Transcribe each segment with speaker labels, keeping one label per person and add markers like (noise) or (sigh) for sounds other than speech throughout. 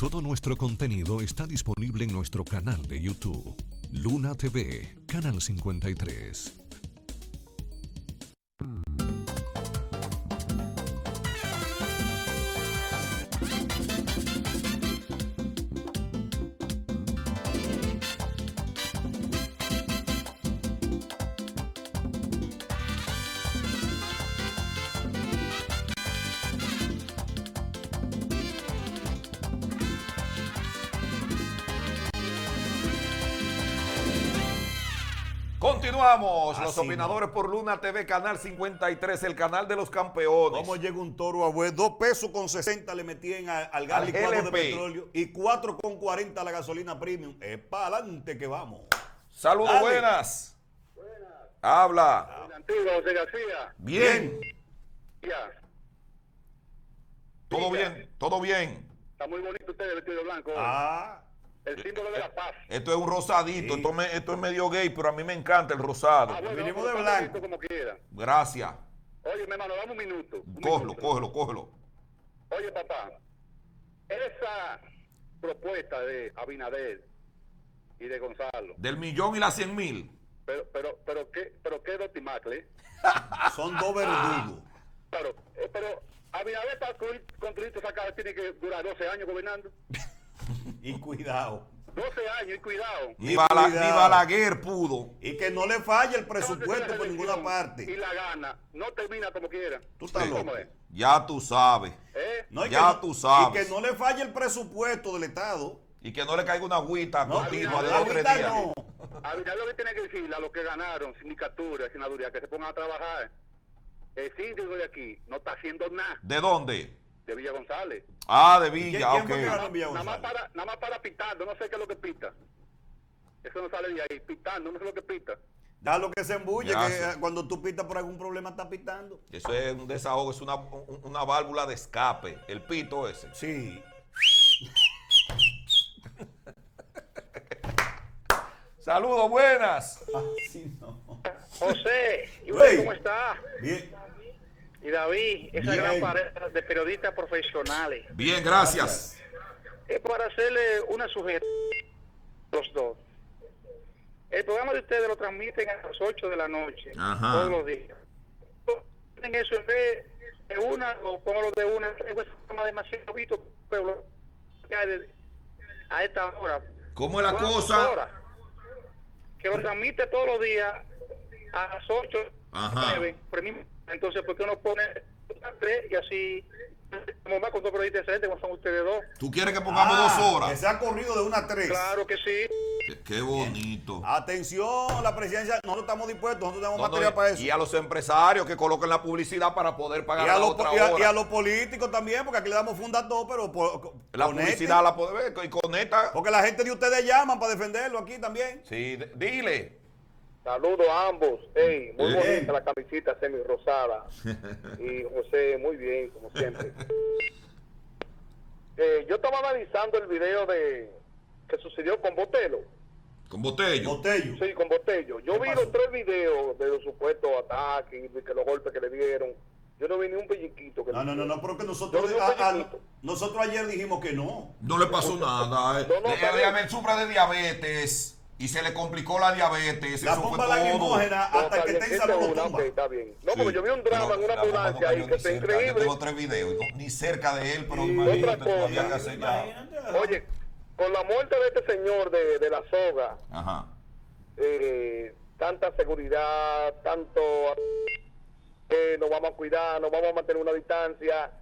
Speaker 1: Todo nuestro contenido está disponible en nuestro canal de YouTube, Luna TV, Canal 53.
Speaker 2: Continuamos, los
Speaker 3: Así
Speaker 2: opinadores por Luna TV, Canal 53, el canal de los campeones.
Speaker 3: ¿Cómo llega un toro a huevo? Dos pesos con 60 le metían a- al gas
Speaker 2: Al
Speaker 3: licuado de
Speaker 2: LP.
Speaker 3: petróleo y cuatro con 40 a la gasolina premium. Es para adelante que vamos.
Speaker 2: Saludos,
Speaker 3: Dale.
Speaker 2: buenas. Habla.
Speaker 4: El antiguo José García.
Speaker 2: Bien.
Speaker 4: Ya.
Speaker 2: Todo
Speaker 4: Diga.
Speaker 2: bien, todo bien.
Speaker 4: Está muy bonito usted de vestido blanco.
Speaker 3: Ah, eh,
Speaker 4: El símbolo de la paz.
Speaker 2: Esto es un rosadito,
Speaker 3: Sí.
Speaker 2: esto, me- esto es medio gay, pero a mí me encanta el rosado.
Speaker 4: Ah, bueno,
Speaker 3: vinimos
Speaker 4: vamos
Speaker 3: eh, de
Speaker 4: a
Speaker 3: blanco.
Speaker 4: hacer esto Como quiera.
Speaker 2: Gracias.
Speaker 4: Oye, mi hermano, dame un minuto. un
Speaker 2: Cógelo,
Speaker 4: minuto.
Speaker 2: cógelo, cógelo.
Speaker 4: Oye, papá. Esa propuesta de Abinader y de Gonzalo.
Speaker 2: Del millón y las cien mil.
Speaker 4: Pero, pero, pero, ¿qué, pero qué Doty Macle?
Speaker 3: son dos verdugos.
Speaker 4: Claro. eh, pero Abinader está con- construyendo esa casa, tiene que durar 12 años gobernando.
Speaker 3: Y cuidado.
Speaker 4: 12 años, y cuidado.
Speaker 2: Ni,
Speaker 3: Y
Speaker 2: Bala- ni
Speaker 3: cuidado.
Speaker 2: Balaguer pudo.
Speaker 3: Y que no le falle el
Speaker 4: Entonces,
Speaker 3: presupuesto por
Speaker 4: la
Speaker 3: ninguna
Speaker 4: elección
Speaker 3: parte.
Speaker 4: Y la gana. No termina como quiera.
Speaker 3: Tú estás
Speaker 4: ¿Cómo
Speaker 3: loco.
Speaker 4: es?
Speaker 2: Ya tú sabes.
Speaker 4: ¿Eh?
Speaker 3: No, y
Speaker 2: Ya
Speaker 3: que no-
Speaker 2: tú sabes.
Speaker 3: Y que no le falle el presupuesto del Estado.
Speaker 2: Y que no le caiga una agüita
Speaker 3: No,
Speaker 2: continua de
Speaker 3: la
Speaker 2: Ah, dos o tres
Speaker 3: mitad
Speaker 2: días.
Speaker 3: no.
Speaker 4: Abinader Ah, lo que tiene que decirle a los que ganaron sindicatura, senaduría, que se pongan a trabajar. El síndico de aquí no está haciendo nada
Speaker 2: ¿De dónde?
Speaker 4: de Villa González.
Speaker 2: Ah, de
Speaker 3: quién-
Speaker 2: Villa,
Speaker 3: quién fue que ganó?
Speaker 2: ok.
Speaker 3: en Villa
Speaker 4: Nada más,
Speaker 3: González.
Speaker 4: para, nada más para pitando, no sé qué es lo que pita. Eso no sale de ahí, pitando, no sé lo que pita.
Speaker 3: Da lo que se embulle, que
Speaker 2: Gracias.
Speaker 3: eh, cuando tú pitas por algún problema está pitando.
Speaker 2: Eso es un desahogo, es una, un- una válvula de escape. El pito ese.
Speaker 3: Sí.
Speaker 2: Saludos, buenas.
Speaker 3: Ah, Sí, no.
Speaker 4: José, ¿y
Speaker 3: usted Wey. cómo
Speaker 4: está?
Speaker 3: Bien.
Speaker 4: Y David,
Speaker 3: esa Bien. gran pareja
Speaker 4: de periodistas profesionales.
Speaker 2: Bien, gracias.
Speaker 4: Es para hacerle una sugerencia a los dos. El programa de ustedes lo transmiten a las 8 de la noche,
Speaker 2: Ajá.
Speaker 4: todos los días. En eso en vez de una, o póngalo de una, es un programa demasiado visto, pero a esta hora.
Speaker 2: ¿Cómo es la
Speaker 4: ¿Cuántas horas?
Speaker 2: cosa?
Speaker 4: Que lo transmite todos los días a las 8,
Speaker 2: Ajá.
Speaker 4: 9, por el mismo- Entonces, ¿por qué no pone a 3 y así? Como más con dos periodistas excelentes, como son ustedes dos.
Speaker 2: ¿Tú quieres que pongamos
Speaker 3: Ah,
Speaker 2: dos
Speaker 3: Que
Speaker 2: horas?
Speaker 3: se ha corrido de una a tres.
Speaker 4: Claro que sí.
Speaker 2: Qué bonito.
Speaker 3: Ah, Atención, la presidencia, nosotros estamos dispuestos, nosotros tenemos
Speaker 2: No, no,
Speaker 3: materia
Speaker 2: y-
Speaker 3: para eso.
Speaker 2: Y a los empresarios que coloquen la publicidad para poder pagar
Speaker 3: Y a
Speaker 2: la
Speaker 3: los,
Speaker 2: otra
Speaker 3: y a-
Speaker 2: hora.
Speaker 3: y a los políticos también, porque aquí le damos funda a todo, pero por-
Speaker 2: la
Speaker 3: conecten,
Speaker 2: publicidad la poder ver y conecta.
Speaker 3: este, Porque la gente de ustedes llaman para defenderlo aquí también.
Speaker 2: Sí, d- dile.
Speaker 4: Saludos a ambos. Ey, muy
Speaker 2: Eh.
Speaker 4: bonita la camisita semi rosada. y José, muy bien,
Speaker 3: (laughs)
Speaker 4: como siempre. Eh, yo estaba analizando el video de que sucedió con Botelo.
Speaker 2: Con botello.
Speaker 3: Botello.
Speaker 4: Sí, con Botello. Yo
Speaker 3: ¿Qué
Speaker 4: vi
Speaker 3: pasó?
Speaker 4: los tres videos de los supuestos ataques, de que los golpes que le dieron. Yo no vi ni un pelliquito. Que
Speaker 3: No,
Speaker 4: le
Speaker 3: no, no,
Speaker 4: dieron.
Speaker 3: no, pero que nosotros,
Speaker 4: Yo vi un
Speaker 3: a- a-
Speaker 4: pelliquito.
Speaker 3: nosotros ayer dijimos que no.
Speaker 2: No le pasó nada. eh.
Speaker 4: No, no,
Speaker 2: Eh,
Speaker 4: está
Speaker 2: eh,
Speaker 4: bien.
Speaker 2: él sufre de diabetes y se le complicó la diabetes.
Speaker 3: La
Speaker 2: eso fue
Speaker 3: bomba
Speaker 2: todo.
Speaker 3: lacrimógena
Speaker 4: No,
Speaker 3: hasta
Speaker 4: está
Speaker 3: que
Speaker 4: bien,
Speaker 3: esté en
Speaker 4: esta es
Speaker 3: salud
Speaker 4: una,
Speaker 3: tumba.
Speaker 4: ok, está bien. No,
Speaker 2: Sí.
Speaker 4: porque yo vi un drama
Speaker 2: Pero
Speaker 4: en
Speaker 2: la bomba
Speaker 4: una
Speaker 2: no
Speaker 4: ambulancia
Speaker 2: cayó
Speaker 4: ahí
Speaker 2: ni
Speaker 4: que está
Speaker 2: cerca. Yo
Speaker 4: increíble.
Speaker 2: tengo tres videos, no- ni cerca de él, pero
Speaker 3: Sí.
Speaker 2: imagínate,
Speaker 4: Otra
Speaker 2: no había
Speaker 4: cosa.
Speaker 2: que hacer nada.
Speaker 4: Oye, con la muerte de este señor de, de la soga,
Speaker 2: Ajá.
Speaker 4: eh, tanta seguridad, tanto que nos vamos a cuidar, nos vamos a mantener una distancia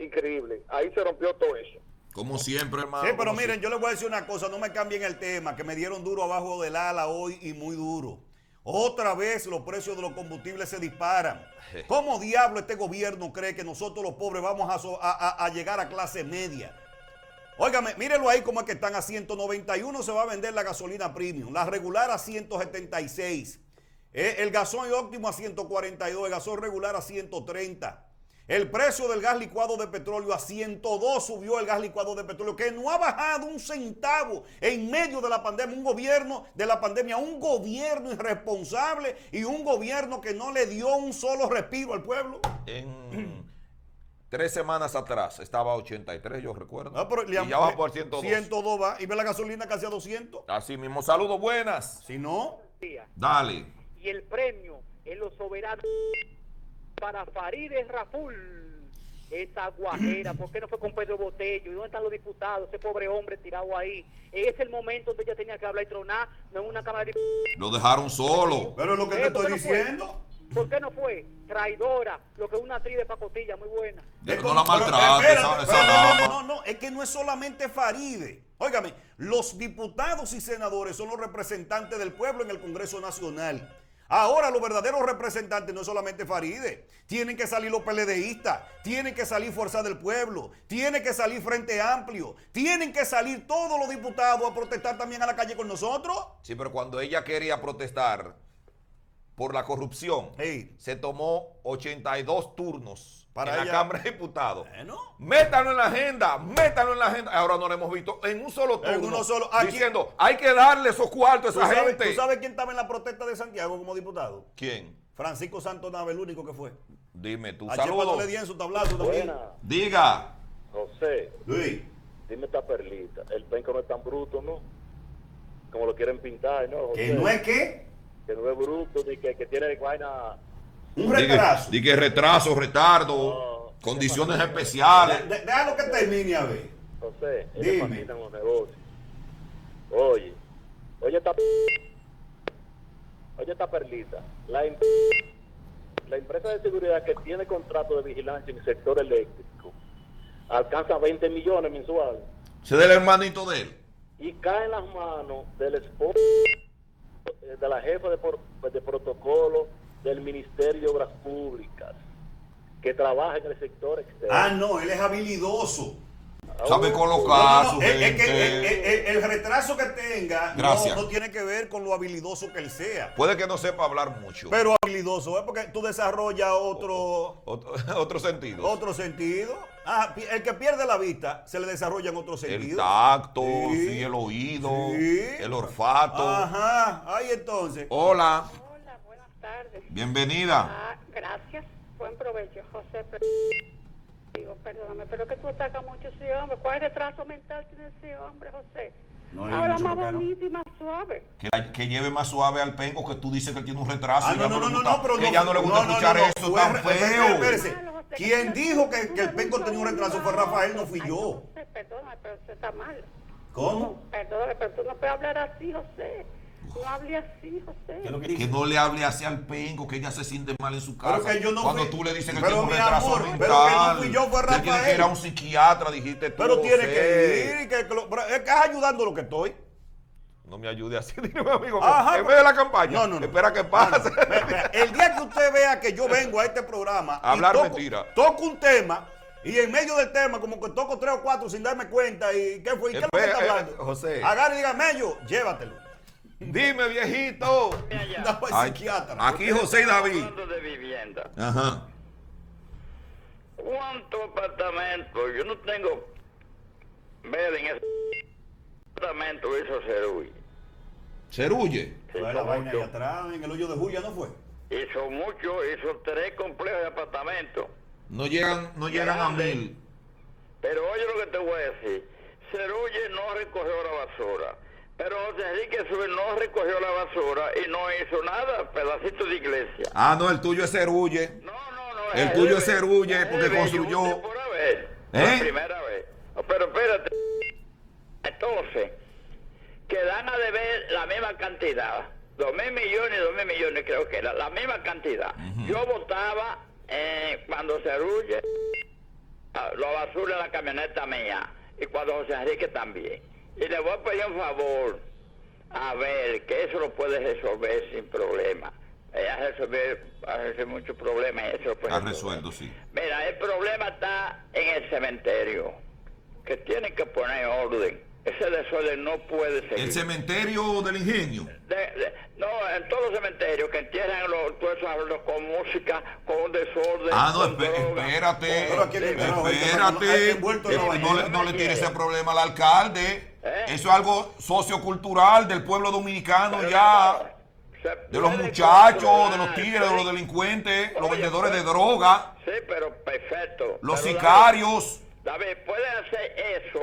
Speaker 4: increíble. Ahí se rompió todo eso.
Speaker 2: Como siempre, hermano.
Speaker 3: Sí, pero
Speaker 2: como
Speaker 3: miren, yo les voy a decir una cosa, no me cambien el tema, que me dieron duro abajo del ala hoy y muy duro. Otra vez los precios de los combustibles se disparan. ¿Cómo diablo este gobierno cree que nosotros los pobres vamos a, so- a- a- a llegar a clase media? Óigame, mírenlo ahí como es que están a 191 se va a vender la gasolina premium, la regular a 176, eh, el gasón óptimo a 142, el gasón regular a 130. El precio del gas licuado de petróleo a 102 subió el gas licuado de petróleo, que no ha bajado un centavo en medio de la pandemia. Un gobierno de la pandemia, un gobierno irresponsable y un gobierno que no le dio un solo respiro al pueblo.
Speaker 2: en (clears throat) Tres semanas atrás estaba a 83, yo recuerdo.
Speaker 3: Ah, pero le-
Speaker 2: y ya va por 102.
Speaker 3: 102 va. Y ve la gasolina casi a 200.
Speaker 2: Así mismo, saludos, buenas.
Speaker 3: Si no,
Speaker 5: día.
Speaker 2: Dale.
Speaker 5: Y el premio en los soberanos para Farideh Raful. Esa guajera, ¿por qué no fue con Pedro Botello? ¿Y dónde están los diputados? Ese pobre hombre tirado ahí. Es el momento donde ella tenía que hablar y tronar, no en una cámara de diputados.
Speaker 2: Lo dejaron solo.
Speaker 3: pero es lo que te
Speaker 5: Eh,
Speaker 3: estoy
Speaker 5: ¿por qué no fue?
Speaker 3: diciendo.
Speaker 5: ¿Por qué no fue? Traidora, lo que es una actriz de pacotilla, muy buena.
Speaker 2: De-
Speaker 3: Es
Speaker 2: no
Speaker 3: como-
Speaker 2: la
Speaker 3: pero-
Speaker 2: maltrate,
Speaker 3: espérate,
Speaker 2: esa, esa
Speaker 3: espérate,
Speaker 2: dama.
Speaker 3: no, no, no, es que no es solamente Faride. Óigame, los diputados y senadores son los representantes del pueblo en el Congreso Nacional. Ahora los verdaderos representantes no es solamente Faride. Tienen que salir los PLDistas, tienen que salir Fuerza del Pueblo, tiene que salir Frente Amplio, tienen que salir todos los diputados a protestar también a la calle con nosotros.
Speaker 2: Sí, pero cuando ella quería protestar por la corrupción,
Speaker 3: Ey.
Speaker 2: se tomó 82 turnos
Speaker 3: Para
Speaker 2: para en
Speaker 3: ella-
Speaker 2: la Cámara de Diputados.
Speaker 3: Bueno.
Speaker 2: Métalo en la agenda, métalo en la agenda. Ahora no lo hemos visto en un solo turno.
Speaker 3: En uno solo. Aquí-
Speaker 2: Diciendo, hay que darle esos cuartos
Speaker 3: ¿Tú
Speaker 2: a esa
Speaker 3: sabes,
Speaker 2: gente.
Speaker 3: tú sabes quién estaba en la protesta de Santiago como diputado?
Speaker 2: ¿Quién?
Speaker 3: Francisco Santos Nave, el único que fue.
Speaker 2: Dime tú.
Speaker 3: A Chepa no
Speaker 2: Saludos.
Speaker 3: le di en su tablazo también.
Speaker 4: Buena,
Speaker 2: Diga.
Speaker 4: José,
Speaker 3: Luis.
Speaker 4: dime esta perlita. El penco no es tan bruto, ¿no? Como lo quieren pintar, ¿no? José?
Speaker 3: Que no es que
Speaker 4: Que no es bruto, ni que, que tiene vaina.
Speaker 3: un
Speaker 2: Diga,
Speaker 3: retraso.
Speaker 2: diga retraso, retardo,
Speaker 4: No.
Speaker 2: condiciones
Speaker 3: De-
Speaker 2: especiales.
Speaker 3: de- Déjalo que termine a ver.
Speaker 4: José,
Speaker 3: Dime.
Speaker 4: ellos fascinan los negocios. Oye, oye esta, oye esta perlita. La, em- la empresa de seguridad que tiene contrato de vigilancia en el sector eléctrico alcanza 20 millones mensuales
Speaker 2: Se del hermanito de él.
Speaker 4: y cae en las manos del esposo, eh, de la jefa de, por- pues, de protocolo del Ministerio de Obras Públicas que trabaja en el sector externo.
Speaker 3: Ah, no, él es habilidoso.
Speaker 2: Sabe
Speaker 3: No, no,
Speaker 2: colocar
Speaker 3: no,
Speaker 2: su
Speaker 3: es- es que el,
Speaker 2: gente.
Speaker 3: el- el- el retraso que tenga no,
Speaker 2: Gracias.
Speaker 3: no tiene que ver con lo habilidoso que él sea.
Speaker 2: Puede que no sepa hablar mucho.
Speaker 3: Pero habilidoso es porque tú desarrollas otro,
Speaker 2: Otro, (laughs) otro sentido.
Speaker 3: otro sentido. Ah, pi- el que pierde la vista se le desarrolla en otro sentido.
Speaker 2: el tacto,
Speaker 3: Sí.
Speaker 2: sí, el oído,
Speaker 3: Sí.
Speaker 2: el olfato.
Speaker 3: Ajá, ahí entonces.
Speaker 2: Oh. Hola,
Speaker 6: Hola, buenas tardes.
Speaker 2: bienvenida.
Speaker 6: Ah, gracias. Buen provecho, José. Pe- Digo, perdóname, pero que tú atacas mucho a ese hombre. ¿Cuál retraso mental tiene ese hombre, José?
Speaker 3: No, yo
Speaker 6: Habla
Speaker 3: mucho
Speaker 6: más
Speaker 3: no quiero.
Speaker 6: bonito y más suave.
Speaker 2: Que, la- que lleve más suave al penco que tú dices que él tiene un retraso.
Speaker 3: Ah,
Speaker 2: y
Speaker 3: no,
Speaker 2: ya
Speaker 3: no, no, no,
Speaker 2: gusta-
Speaker 3: no, pero
Speaker 2: que ya no le gusta escuchar
Speaker 3: no,
Speaker 2: eso
Speaker 3: fue-
Speaker 2: tan
Speaker 3: espérese,
Speaker 2: feo.
Speaker 3: espérese.
Speaker 6: Malo, José,
Speaker 3: Quien
Speaker 6: tú-
Speaker 3: dijo
Speaker 6: tú
Speaker 3: que, que
Speaker 6: eres
Speaker 3: el penco tenía un retraso fue
Speaker 6: malvado.
Speaker 3: Rafael, no fui
Speaker 6: Ay,
Speaker 3: yo.
Speaker 6: José, perdóname, pero usted está mal.
Speaker 3: ¿Cómo?
Speaker 6: Perdóname, pero tú no puedes hablar así, José. No hable así, José.
Speaker 3: ¿Qué es lo que
Speaker 2: Que
Speaker 3: dije?
Speaker 2: no le hable así al penco, que ella se siente mal en su casa.
Speaker 3: Pero que yo no
Speaker 2: Cuando
Speaker 3: fui-
Speaker 2: tú le dices que
Speaker 3: Pero
Speaker 2: tiene un
Speaker 3: mi
Speaker 2: retraso
Speaker 3: amor,
Speaker 2: mental.
Speaker 3: pero que no fui yo, fue
Speaker 2: que tiene que
Speaker 3: Rafael.
Speaker 2: ir a un psiquiatra, dijiste tú.
Speaker 3: Pero tiene
Speaker 2: José.
Speaker 3: que ir. Que, que lo- pero es que es ayudando lo que estoy.
Speaker 2: No me ayude así, (laughs) dime, amigo.
Speaker 3: Ajá,
Speaker 2: en
Speaker 3: pero-
Speaker 2: vez de la campaña.
Speaker 3: No, no, no.
Speaker 2: Espera que pase.
Speaker 3: No, no. Vea, vea, El día que usted vea que yo vengo a este programa
Speaker 2: A hablar
Speaker 3: y toco,
Speaker 2: mentira.
Speaker 3: toco un tema y en medio del tema, como que toco tres o cuatro sin darme cuenta, y qué fue, ¿Y qué es lo que
Speaker 2: Espera,
Speaker 3: está
Speaker 2: eh,
Speaker 3: hablando.
Speaker 2: José.
Speaker 3: Agarre y diga, Mello, llévatelo.
Speaker 2: Dime, viejito.
Speaker 3: Anda para el
Speaker 2: Ay,
Speaker 3: psiquiatra.
Speaker 2: Aquí José y David.
Speaker 7: Hablando de vivienda,
Speaker 2: Ajá.
Speaker 7: ¿cuántos apartamentos? Yo no tengo ver en ese apartamento hizo Cerulli.
Speaker 2: Cerulle.
Speaker 3: Fue la vaina ahí atrás, en el hoyo de Julia, ¿no fue?
Speaker 7: Hizo mucho, hizo tres complejos de apartamentos.
Speaker 2: No llegan, no llegan a
Speaker 7: Grande.
Speaker 2: mil.
Speaker 7: Pero oye lo que te voy a decir. Cerulli no recogió la basura. Pero José Enrique Sube no recogió la basura y no hizo nada, pedacito de iglesia.
Speaker 2: Ah, no, el tuyo es Cerulle.
Speaker 7: No, no, no.
Speaker 2: El
Speaker 7: es
Speaker 2: tuyo
Speaker 7: debe,
Speaker 2: se eruye
Speaker 7: es
Speaker 2: porque
Speaker 7: debe,
Speaker 2: construyó-
Speaker 7: y un tipo una vez, La
Speaker 2: ¿Eh?
Speaker 7: primera vez. Pero espérate. Entonces, quedan a deber la misma cantidad. Dos mil millones, dos mil millones creo que era. La misma cantidad. Yo votaba eh, cuando se eruye ah, la basura en la camioneta mía. Y cuando José Enrique también. Y le voy a pedir un favor. A ver, que eso lo puede resolver sin problema. Eh, ha resolver, ha resolver muchos problemas y eso lo puede
Speaker 2: Ha
Speaker 7: resolver.
Speaker 2: resuelto, sí.
Speaker 7: Mira, el problema está en el cementerio, que tienen que poner orden. Ese desorden no puede seguir.
Speaker 2: El cementerio del ingenio.
Speaker 7: De- de- no, en todos los cementerios que entierran los tuesos con música, con un desorden.
Speaker 2: Ah, no,
Speaker 7: con
Speaker 2: espe-
Speaker 7: droga,
Speaker 2: espérate.
Speaker 3: Pero aquí en el trabajo,
Speaker 2: Espérate.
Speaker 3: está envuelto en la
Speaker 2: Eh,
Speaker 3: vaina.
Speaker 2: No le, no le tire ese problema al alcalde.
Speaker 7: ¿Eh?
Speaker 2: Eso es algo sociocultural del pueblo dominicano
Speaker 7: Pero
Speaker 2: ya.
Speaker 7: no, Se
Speaker 2: De los
Speaker 7: puede
Speaker 2: muchachos, de
Speaker 7: controlar,
Speaker 2: los tigres, de los
Speaker 7: sí.
Speaker 2: delincuentes, los
Speaker 7: Oye,
Speaker 2: vendedores de
Speaker 7: pues,
Speaker 2: droga,
Speaker 7: Sí, pero perfecto.
Speaker 2: los
Speaker 7: Pero,
Speaker 2: sicarios.
Speaker 7: David, David, pueden hacer eso,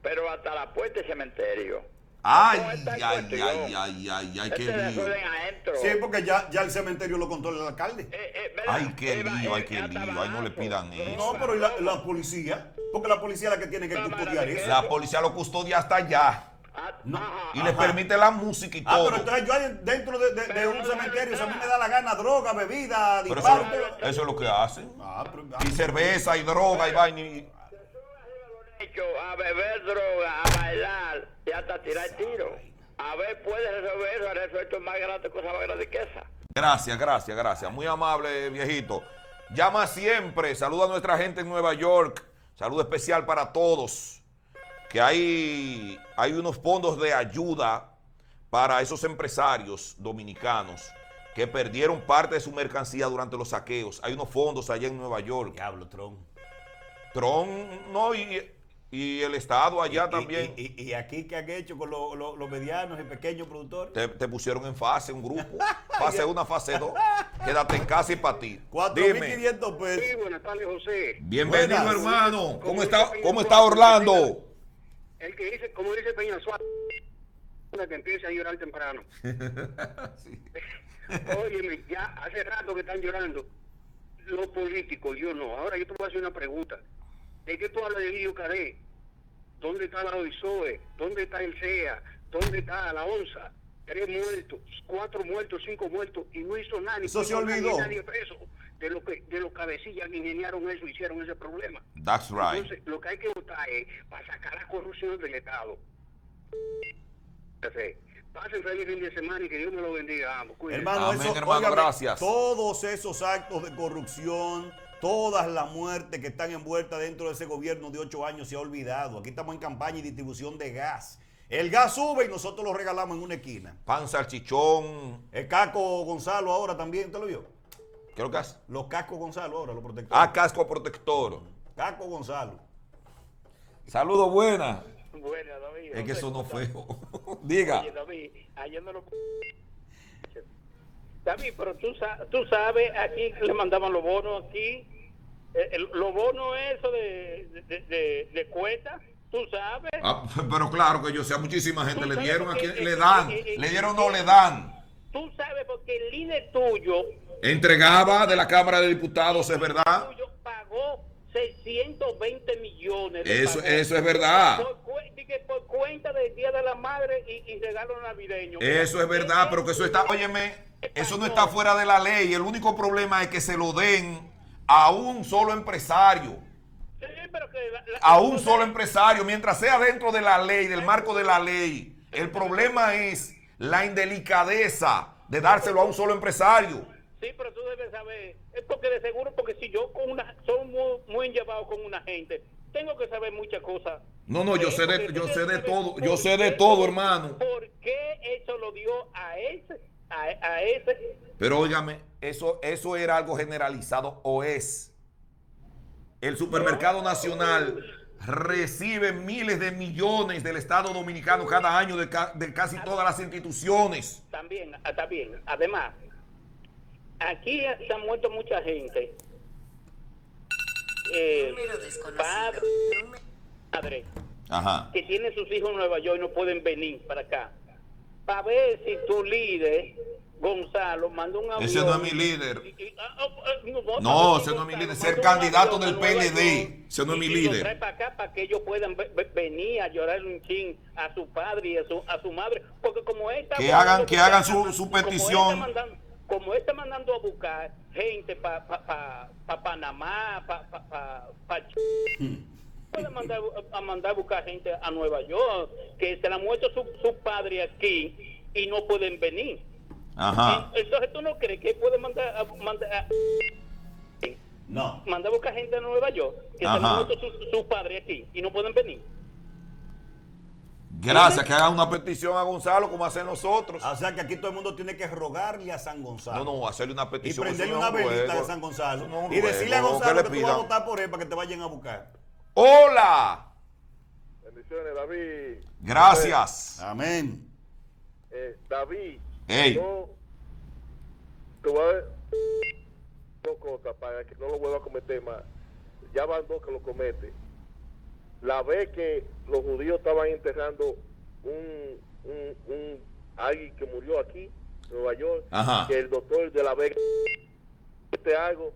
Speaker 7: pero hasta la puerta del cementerio.
Speaker 2: Ay,
Speaker 7: No está
Speaker 2: ay,
Speaker 7: en
Speaker 2: ay,
Speaker 7: cuestión.
Speaker 2: ay, ay, ay, ay, qué
Speaker 7: Este
Speaker 2: lío.
Speaker 7: desorden adentro.
Speaker 3: Sí, porque ya, ya el cementerio lo controla el alcalde.
Speaker 7: Eh, eh, ¿verdad?
Speaker 2: Ay, qué
Speaker 7: Eva,
Speaker 2: lío,
Speaker 7: eh,
Speaker 2: ay, qué
Speaker 7: hasta
Speaker 2: lío. Ay, no le
Speaker 7: balazo.
Speaker 2: pidan
Speaker 3: No,
Speaker 2: eso.
Speaker 3: pero ¿y la, la policía? Porque la policía es la que tiene que custodiar eso.
Speaker 2: La policía lo custodia hasta allá
Speaker 7: Ah,
Speaker 3: No.
Speaker 7: ajá.
Speaker 2: y le permite la música y
Speaker 3: Ah,
Speaker 2: todo.
Speaker 3: pero entonces yo ahí dentro de, de- de
Speaker 7: Pero
Speaker 3: un
Speaker 7: no
Speaker 3: cementerio,
Speaker 7: deja
Speaker 3: o sea, a mí
Speaker 7: entrar.
Speaker 3: me da la gana droga, bebida,
Speaker 2: Pero eso,
Speaker 3: disparo.
Speaker 2: eso es lo que hacen.
Speaker 3: Ah, pero-
Speaker 2: Y cerveza, y droga, y vaina. y-
Speaker 7: hecho a beber droga, a bailar y hasta tirar tiro. A ver, puedes resolver eso, ha resuelto más grande, cosa más grande que esa.
Speaker 2: Gracias, gracias, gracias. Muy amable, viejito. Llama siempre. Saluda a nuestra gente en Nueva York. Saludo especial para todos. Que hay, hay unos fondos de ayuda para esos empresarios dominicanos que perdieron parte de su mercancía durante los saqueos. Hay unos fondos allá en Nueva York.
Speaker 3: Diablo, Tron.
Speaker 2: Tron, no, y, y el Estado allá también.
Speaker 3: Y, y- y aquí que han hecho con lo- lo- los medianos y pequeños productores.
Speaker 2: te, te pusieron en fase, un
Speaker 5: (laughs)
Speaker 2: grupo. Fase 1, fase 2. Quédate en casa y para ti. Dime.
Speaker 3: 4.500 pesos.
Speaker 4: buenas tardes, José.
Speaker 2: Bienvenido,
Speaker 3: Buenas.
Speaker 2: hermano. ¿Cómo
Speaker 4: Como
Speaker 2: está,
Speaker 4: dice
Speaker 2: cómo
Speaker 4: Peña
Speaker 2: está
Speaker 4: Suárez,
Speaker 2: Orlando?
Speaker 4: El que dice, como dice Peña Suárez, una que empieza a llorar temprano.
Speaker 3: (laughs)
Speaker 4: (laughs) Óyeme, ya hace rato que están llorando los políticos, yo no. Ahora yo te voy a hacer una pregunta. ¿De qué tú hablas de Guillo Caré? ¿Dónde está la OISOE? ¿Dónde está el CEA? ¿Dónde está la ONSA? Tres muertos, cuatro muertos, cinco muertos, y no hizo nadie.
Speaker 3: Eso se
Speaker 4: No hizo nadie,
Speaker 3: olvidó.
Speaker 4: Nadie preso de, lo que, de los cabecillas que ingeniaron eso, hicieron ese problema.
Speaker 2: That's right.
Speaker 4: Entonces, lo que hay que votar es para sacar la corrupción del Estado. Entonces, Pasen feliz fin de semana y que Dios me lo bendiga a ambos. Cuídense.
Speaker 3: Hermano,
Speaker 2: Amén,
Speaker 3: eso,
Speaker 2: hermano,
Speaker 3: óigame,
Speaker 2: gracias.
Speaker 3: Todos esos actos de corrupción, todas las muertes que están envueltas dentro de ese gobierno de ocho años se ha olvidado. Aquí estamos en campaña y distribución de gas. El gas sube y nosotros lo regalamos en una esquina.
Speaker 2: Pan salchichón.
Speaker 3: El Caco Gonzalo ahora también, ¿te lo vio?
Speaker 2: ¿Qué es lo que hace?
Speaker 3: Los Casco Gonzalo ahora, los protectores.
Speaker 2: Ah, casco protector.
Speaker 3: Caco Gonzalo.
Speaker 2: Saludos, buena.
Speaker 5: Bueno, David.
Speaker 2: Es que eso no fue.
Speaker 5: Oye,
Speaker 2: (laughs) Diga.
Speaker 5: David, ayer no lo... David, pero tú, sa- tú sabes, aquí le mandaban los bonos aquí. Eh, el- los bonos eso de, de, de, de- de cuenta, tú sabes.
Speaker 2: Ah, pero claro que yo sé, a muchísima gente le dieron a quien
Speaker 5: Eh,
Speaker 2: le
Speaker 5: eh,
Speaker 2: dan.
Speaker 5: eh, eh,
Speaker 2: Le dieron no le dan.
Speaker 5: Tú sabes porque el líder tuyo,
Speaker 2: Entregaba de la Cámara de Diputados, es verdad.
Speaker 5: tuyo pagó 620 millones. le
Speaker 2: Eso,
Speaker 5: pagó.
Speaker 2: eso es verdad.
Speaker 5: Por, cuen- dije, por cuenta del Día de la Madre y, y regalo navideño.
Speaker 2: Eso es verdad, pero que eso está, óyeme, eso no está fuera de la ley. El único problema es que se lo den a un solo empresario.
Speaker 5: Sí, pero que la- la-
Speaker 2: A un solo em- empresario, mientras sea dentro de la ley, del marco de la ley. El problema es la indelicadeza de dárselo a un solo empresario.
Speaker 5: Sí, pero tú debes saber, es porque de seguro, porque si yo con una, soy muy, muy llevado con una gente, tengo que saber muchas cosas.
Speaker 2: No, no, yo
Speaker 5: Sí,
Speaker 2: sé de-
Speaker 5: porque
Speaker 2: yo
Speaker 5: tú
Speaker 2: sé de
Speaker 5: debes
Speaker 2: todo,
Speaker 5: saber
Speaker 2: yo
Speaker 5: por
Speaker 2: sé de
Speaker 5: qué-
Speaker 2: todo, hermano.
Speaker 5: ¿Por qué eso lo dio a ese, a, a ese?
Speaker 2: Pero óigame, eso, eso era algo generalizado o es. El supermercado nacional recibe miles de millones del Estado Dominicano cada año de, ca- de casi todas las instituciones.
Speaker 5: También, ah, también. Además, aquí se ha muerto mucha gente. Eh,
Speaker 8: Número desconocido.
Speaker 5: padre,
Speaker 8: Número-
Speaker 5: madre,
Speaker 2: Ajá.
Speaker 5: que tienen sus hijos en Nueva York y no pueden venir para acá. Para ver si tu líder, Gonzalo, mandó un avión.
Speaker 2: Ese no es mi líder.
Speaker 5: Y- y- ah, ah, ah,
Speaker 2: No, ese
Speaker 5: pa' ver si
Speaker 2: no es mi
Speaker 5: Gonzalo
Speaker 2: líder, ese
Speaker 5: mandó
Speaker 2: es el
Speaker 5: un
Speaker 2: candidato
Speaker 5: avión
Speaker 2: del
Speaker 5: a Nueva
Speaker 2: PLD.
Speaker 5: York
Speaker 2: Ese no es
Speaker 5: y-
Speaker 2: mi
Speaker 5: y lo
Speaker 2: líder.
Speaker 5: trae para acá para que ellos puedan ve- ve- venir a llorar un chin a su padre y a su, a su madre. Porque como él está
Speaker 2: Que
Speaker 5: mandando
Speaker 2: hagan- que
Speaker 5: a buscar-
Speaker 2: hagan su- su
Speaker 5: como él está
Speaker 2: petición.
Speaker 5: mandando- Como él está mandando a buscar gente para pa, pa- pa Panamá, para pa, pa, pa puede mandar a mandar a buscar gente a Nueva York, que se la han muerto su, su padre aquí y no pueden venir.
Speaker 2: Ah.
Speaker 5: Y Entonces, ¿tú no crees que puede mandar a, mandar a,
Speaker 3: No.
Speaker 5: mandar a buscar gente a Nueva York, que se la
Speaker 2: Ajá.
Speaker 5: han muerto su, su padre aquí y no pueden venir?
Speaker 2: Gracias, que hagan una petición a Gonzalo como hacen nosotros.
Speaker 3: O sea que aquí todo el mundo tiene que rogarle a San Gonzalo.
Speaker 2: No, no, hacerle una
Speaker 3: Y
Speaker 2: petición.
Speaker 3: prenderle
Speaker 2: eso no
Speaker 3: una
Speaker 2: es un
Speaker 3: velita
Speaker 2: juego.
Speaker 3: de San
Speaker 2: Eso no es
Speaker 3: Gonzalo.
Speaker 2: un
Speaker 3: Y decirle a
Speaker 2: juego,
Speaker 3: Gonzalo
Speaker 2: le
Speaker 3: que tú vas a
Speaker 2: pidan?
Speaker 3: votar por él para que te vayan a buscar.
Speaker 2: Hola.
Speaker 4: Bendiciones, David.
Speaker 3: Ah.
Speaker 2: Gracias.
Speaker 3: Amén.
Speaker 4: Eh, David,
Speaker 2: Ey.
Speaker 4: yo te voy a dar dos cosas para que no lo vuelva a cometer más. Ya van dos que lo comete. La vez que los judíos estaban enterrando un, un, un alguien que murió aquí, en Nueva York,
Speaker 2: Ajá.
Speaker 4: que el doctor de la Vega dijiste algo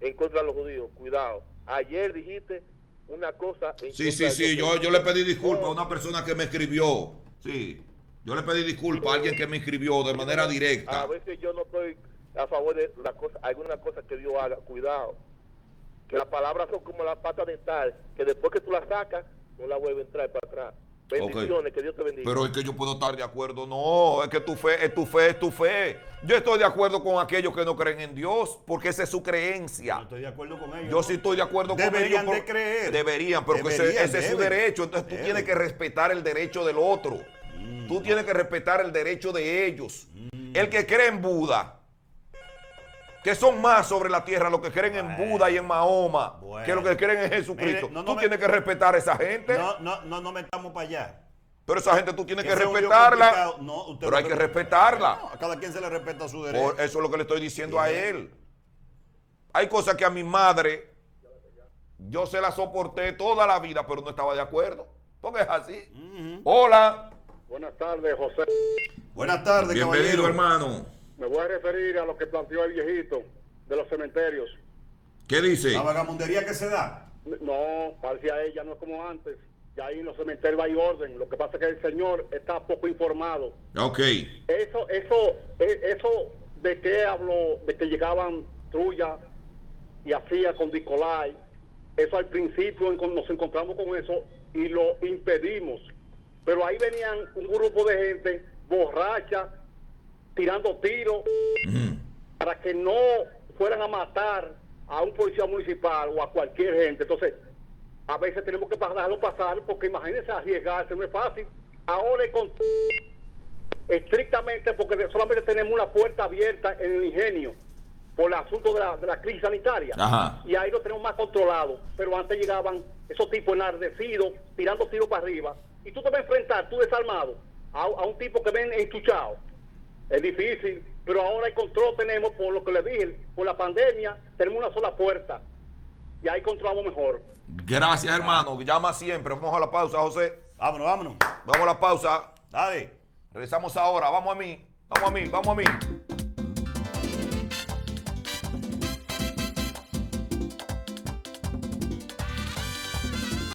Speaker 4: en contra de los judíos. Cuidado. Ayer dijiste una cosa. en
Speaker 2: Sí, sí,
Speaker 4: contra de
Speaker 2: sí,
Speaker 4: los
Speaker 2: yo, yo le pedí disculpas a
Speaker 4: No,
Speaker 2: una persona que me escribió. Sí, yo le pedí disculpas a alguien que me escribió de manera directa.
Speaker 4: A veces yo no estoy a favor de la cosa, alguna cosa que Dios haga. Cuidado. Que las palabras son como las patas dental, que después que tú las sacas, no la vuelve a entrar para atrás. Bendiciones, que Dios te bendiga.
Speaker 2: Pero es que yo puedo estar de acuerdo. No, es que tu fe, es tu fe, es tu fe. Yo estoy de acuerdo con aquellos que no creen en Dios, porque esa es su
Speaker 3: Yo
Speaker 2: creencia.
Speaker 3: estoy de acuerdo con ellos.
Speaker 2: Ah. Yo sí estoy de acuerdo con ellos.
Speaker 3: Deberían de
Speaker 2: por-
Speaker 3: creer.
Speaker 2: Deberían, pero que ese-
Speaker 3: Deberían,
Speaker 2: ese, es su
Speaker 3: deben.
Speaker 2: derecho. Entonces tú
Speaker 3: Deben. Mm.
Speaker 2: tienes que respetar el derecho del otro. Tú tienes que respetar el derecho de ellos. El que cree en Buda, que son más sobre la tierra los que creen en Buda y en Mahoma, que
Speaker 3: Bueno.
Speaker 2: los que creen en Jesucristo.
Speaker 3: Mire, no, no
Speaker 2: tú
Speaker 3: me-
Speaker 2: tienes que respetar a esa gente.
Speaker 3: No, no, no, no metamos para allá.
Speaker 2: Pero esa gente tú tienes que
Speaker 3: Ese es un lío
Speaker 2: respetarla.
Speaker 3: complicado. No, usted
Speaker 2: pero
Speaker 3: no
Speaker 2: hay que
Speaker 3: respeta.
Speaker 2: respetarla.
Speaker 3: No, a cada quien se le respeta su derecho.
Speaker 2: Por eso es lo que le estoy diciendo a él. Hay cosas que a mi madre yo se la soporté toda la vida, pero no estaba de acuerdo. Porque es así. Hola.
Speaker 4: Buenas tardes, José.
Speaker 3: Buenas tardes, caballero.
Speaker 2: hermano.
Speaker 4: Me voy a referir a lo que planteó el viejito de los cementerios.
Speaker 2: ¿Qué dice?
Speaker 3: La vagamundería que se da.
Speaker 4: No, parece a ella, no es como antes. Ya ahí en los cementerios hay orden. Lo que pasa es que el señor está poco informado.
Speaker 2: Ok.
Speaker 4: Eso, eso, e- eso de que habló, de que llegaban Trulla y hacía con Nicolai, eso al principio en- nos encontramos con eso y lo impedimos. Pero ahí venían un grupo de gente borracha, tirando tiros, para que no fueran a matar a un policía municipal o a cualquier gente. Entonces, a veces tenemos que pa- dejarlo pasar porque imagínense arriesgarse, no es fácil. Ahora es con estrictamente porque de- solamente tenemos una puerta abierta en el ingenio por el asunto de la, de la crisis sanitaria.
Speaker 2: Ajá.
Speaker 4: Y ahí lo tenemos más controlado. Pero antes llegaban esos tipos enardecidos, tirando tiros para arriba. Y tú te vas a enfrentar, tú desarmado, a, a un tipo que ven enchuchado. Es difícil, pero ahora el control tenemos por lo que le dije, por la pandemia, tenemos una sola puerta. Y ahí controlamos mejor.
Speaker 2: Gracias, hermano. Llama siempre. Vamos a la pausa, José.
Speaker 3: Vámonos, vámonos.
Speaker 2: Vamos a la pausa.
Speaker 3: Dale.
Speaker 2: Regresamos ahora. Vamos a mí. Vamos a mí. Vamos a mí.